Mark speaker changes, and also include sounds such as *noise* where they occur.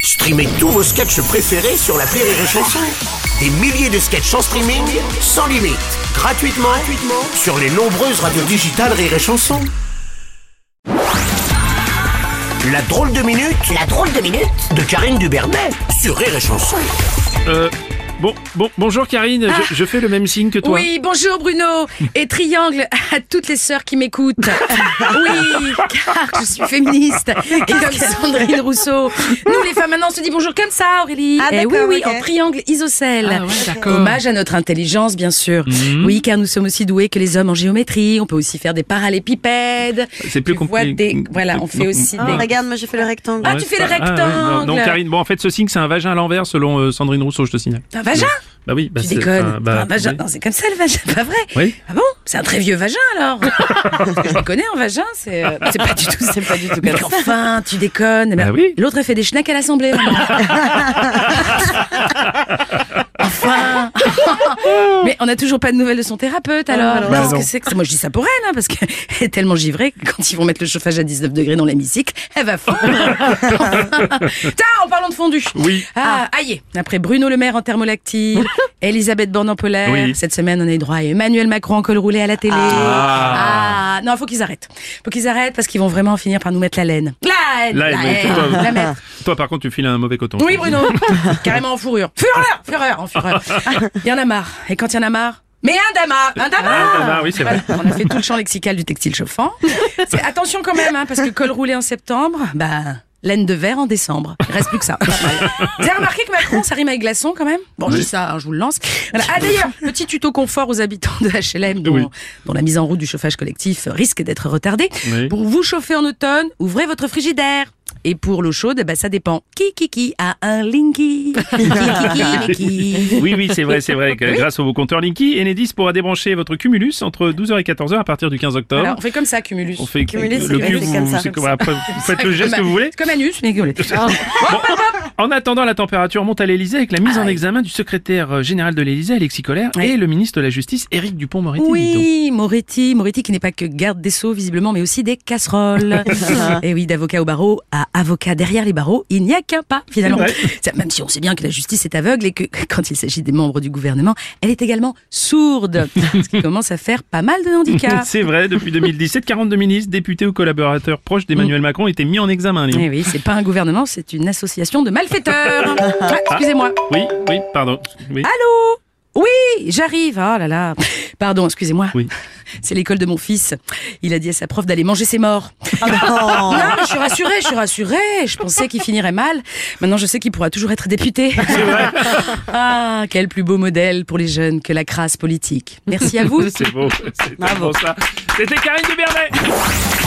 Speaker 1: Streamez tous vos sketchs préférés sur la Rire et Chanson. Des milliers de sketchs en streaming, sans limite, gratuitement, gratuitement sur les nombreuses radios digitales Rire et Chanson. La drôle de minute, la drôle de minute de Karine Dubernet sur Rire et Chanson.
Speaker 2: Euh, bon, bon, bonjour Karine, je, je fais le même signe que toi.
Speaker 3: Ah. Oui, bonjour
Speaker 2: *laughs*
Speaker 3: Bruno et triangle à toutes les sœurs qui m'écoutent. Oui, car je suis féministe et comme Sandrine Rousseau. Nous les femmes maintenant on se dit bonjour comme ça Aurélie.
Speaker 4: Ah,
Speaker 3: Eh oui,
Speaker 4: d'accord,
Speaker 3: oui,
Speaker 4: ok.
Speaker 3: en triangle isocèle.
Speaker 2: Ah ouais, d'accord. Mhm.
Speaker 3: Hommage à notre intelligence bien sûr. Oui, car nous sommes aussi doués que les hommes en géométrie. On peut aussi faire des parallépipèdes.
Speaker 2: C'est plus
Speaker 3: Tu vois
Speaker 2: compliqué.
Speaker 3: des- Voilà, on fait aussi
Speaker 4: Ah,
Speaker 3: des...
Speaker 4: regarde, moi j'ai fait le rectangle.
Speaker 3: Ah, tu fais le
Speaker 2: c'est pas-
Speaker 3: rectangle.
Speaker 2: ouais, non, non, Karine, bon, en fait, ce signe, c'est un vagin à l'envers, selon euh, Sandrine Rousseau, je te signale.
Speaker 3: Un vagin
Speaker 2: Bah oui, bah,
Speaker 3: Tu
Speaker 2: c'est-
Speaker 3: déconnes.
Speaker 2: enfin, bah,
Speaker 3: Un vagin.
Speaker 2: oui.
Speaker 3: Non, c'est comme ça le vagin, *laughs* pas vrai
Speaker 2: Oui.
Speaker 3: Ah bon C'est un très vieux vagin alors *laughs* Parce que Je les connais en vagin, c'est euh, c'est pas du tout, c'est pas du tout comme ça. Enfin, tu déconnes.
Speaker 2: Bah oui.
Speaker 3: L'autre a fait des schnecks à l'Assemblée. maintenant. *laughs* *laughs* enfin. Mais on n'a toujours pas de nouvelles de son thérapeute alors.
Speaker 4: alors,
Speaker 3: Qu'est-ce
Speaker 2: non.
Speaker 3: que c'est que *laughs* ça Moi je dis ça pour elle, hein, parce qu'elle est tellement givrée que quand ils vont mettre le chauffage à 19 degrés dans l'hémicycle, elle
Speaker 2: *laughs*
Speaker 3: va fondre. Tiens, en parlant de fondu.
Speaker 2: Oui.
Speaker 3: Ah, aïe Après Bruno Le Maire en thermolactique,
Speaker 2: *laughs*
Speaker 3: Elisabeth Borne en polaire,
Speaker 2: Oui.
Speaker 3: cette semaine on a eu droit à Emmanuel Macron en col roulé à la télé.
Speaker 2: Ah.
Speaker 3: Ah, Non, faut qu'ils arrêtent. Faut qu'ils arrêtent parce qu'ils vont vraiment finir par nous mettre la laine. La haine
Speaker 2: La haine, oui, c'est toi.
Speaker 3: La mettre.
Speaker 2: Toi, par contre, tu files un mauvais coton.
Speaker 3: Oui, Bruno *laughs* Carrément en fourrure. Fureur Fureur En fureur. Ah, Il y en a marre. Et quand il y en a marre mais un damas, un damas,
Speaker 2: Ah, Un damas, oui, c'est vrai.
Speaker 3: Voilà, On a fait tout le champ lexical du textile chauffant. C'est- Attention quand même, hein, parce que col roulé en septembre, bah laine de verre en décembre. Il reste
Speaker 2: *laughs*
Speaker 3: plus que ça. Vous avez remarqué que Macron, ça rime avec glaçon quand même Bon, je dis ça, hein, je vous le lance. Voilà. Ah d'ailleurs, petit tuto confort aux habitants de HLM dont,
Speaker 2: Oui.
Speaker 3: dont la mise en route du chauffage collectif risque d'être retardée.
Speaker 2: Oui.
Speaker 3: Pour vous chauffer en automne, ouvrez votre frigidaire. Et pour l'eau chaude, eh ben, ça dépend. Qui, qui, qui a un linky *laughs* Qui, qui, qui, mais qui
Speaker 2: Oui, oui, c'est vrai, c'est vrai.
Speaker 3: *laughs*
Speaker 2: que Grâce au compteur Linky, Enedis pourra débrancher votre cumulus entre 12h et 14h à partir du 15 octobre.
Speaker 3: Alors, on fait comme ça, Cumulus.
Speaker 2: on fait
Speaker 4: Cumulus,
Speaker 2: le
Speaker 4: c'est
Speaker 2: cul,
Speaker 4: comme ça,
Speaker 2: vous,
Speaker 4: comme
Speaker 2: c'est
Speaker 4: ça.
Speaker 2: comme- après, vous faites le geste
Speaker 3: Comme-
Speaker 2: que vous voulez.
Speaker 3: Comme anus, Ah, mais gueulez.
Speaker 2: Ah, En attendant, la température monte à l'Elysée avec la mise
Speaker 3: Ah
Speaker 2: en examen du secrétaire euh, général de l'Elysée, Alexis Collère, et le ministre de la Justice, Éric Dupont-Moretti. dis donc.
Speaker 3: Oui, Moretti, Moretti qui n'est pas que garde des sceaux visiblement, mais aussi des casseroles. et oui, d'avocat au barreau à avocat derrière les barreaux, il n'y a qu'un pas finalement.
Speaker 2: C'est vrai.
Speaker 3: Ça, Même si on sait bien que la justice est aveugle et que *laughs* quand il s'agit des membres du gouvernement, elle est également
Speaker 2: *laughs*
Speaker 3: sourde, ce qui commence à faire pas mal de handicap.
Speaker 2: C'est vrai, depuis 2017, 42 ministres, députés ou collaborateurs proches d'Emmanuel Macron étaient mis en examen. Léon.
Speaker 3: Mm. Eh oui, c'est pas un gouvernement, c'est une association de malfaiteurs. Ah, excusez-moi.
Speaker 2: Oui, oui, pardon. Oui.
Speaker 3: Allô Oui, j'arrive. Oh là là. Pardon, excusez-moi.
Speaker 2: Oui.
Speaker 3: C'est l'école de mon fils. Il a dit à sa prof d'aller manger ses morts.
Speaker 4: Oh.
Speaker 3: Non, mais je suis rassurée, je suis rassurée. Je pensais qu'il finirait mal. Maintenant, je sais qu'il pourra toujours être député. Ah, quel plus beau modèle pour les jeunes que
Speaker 2: *laughs*
Speaker 3: la crasse politique. Merci à vous.
Speaker 2: C'est beau, c'est tellement ça. C'était Karine Dubernet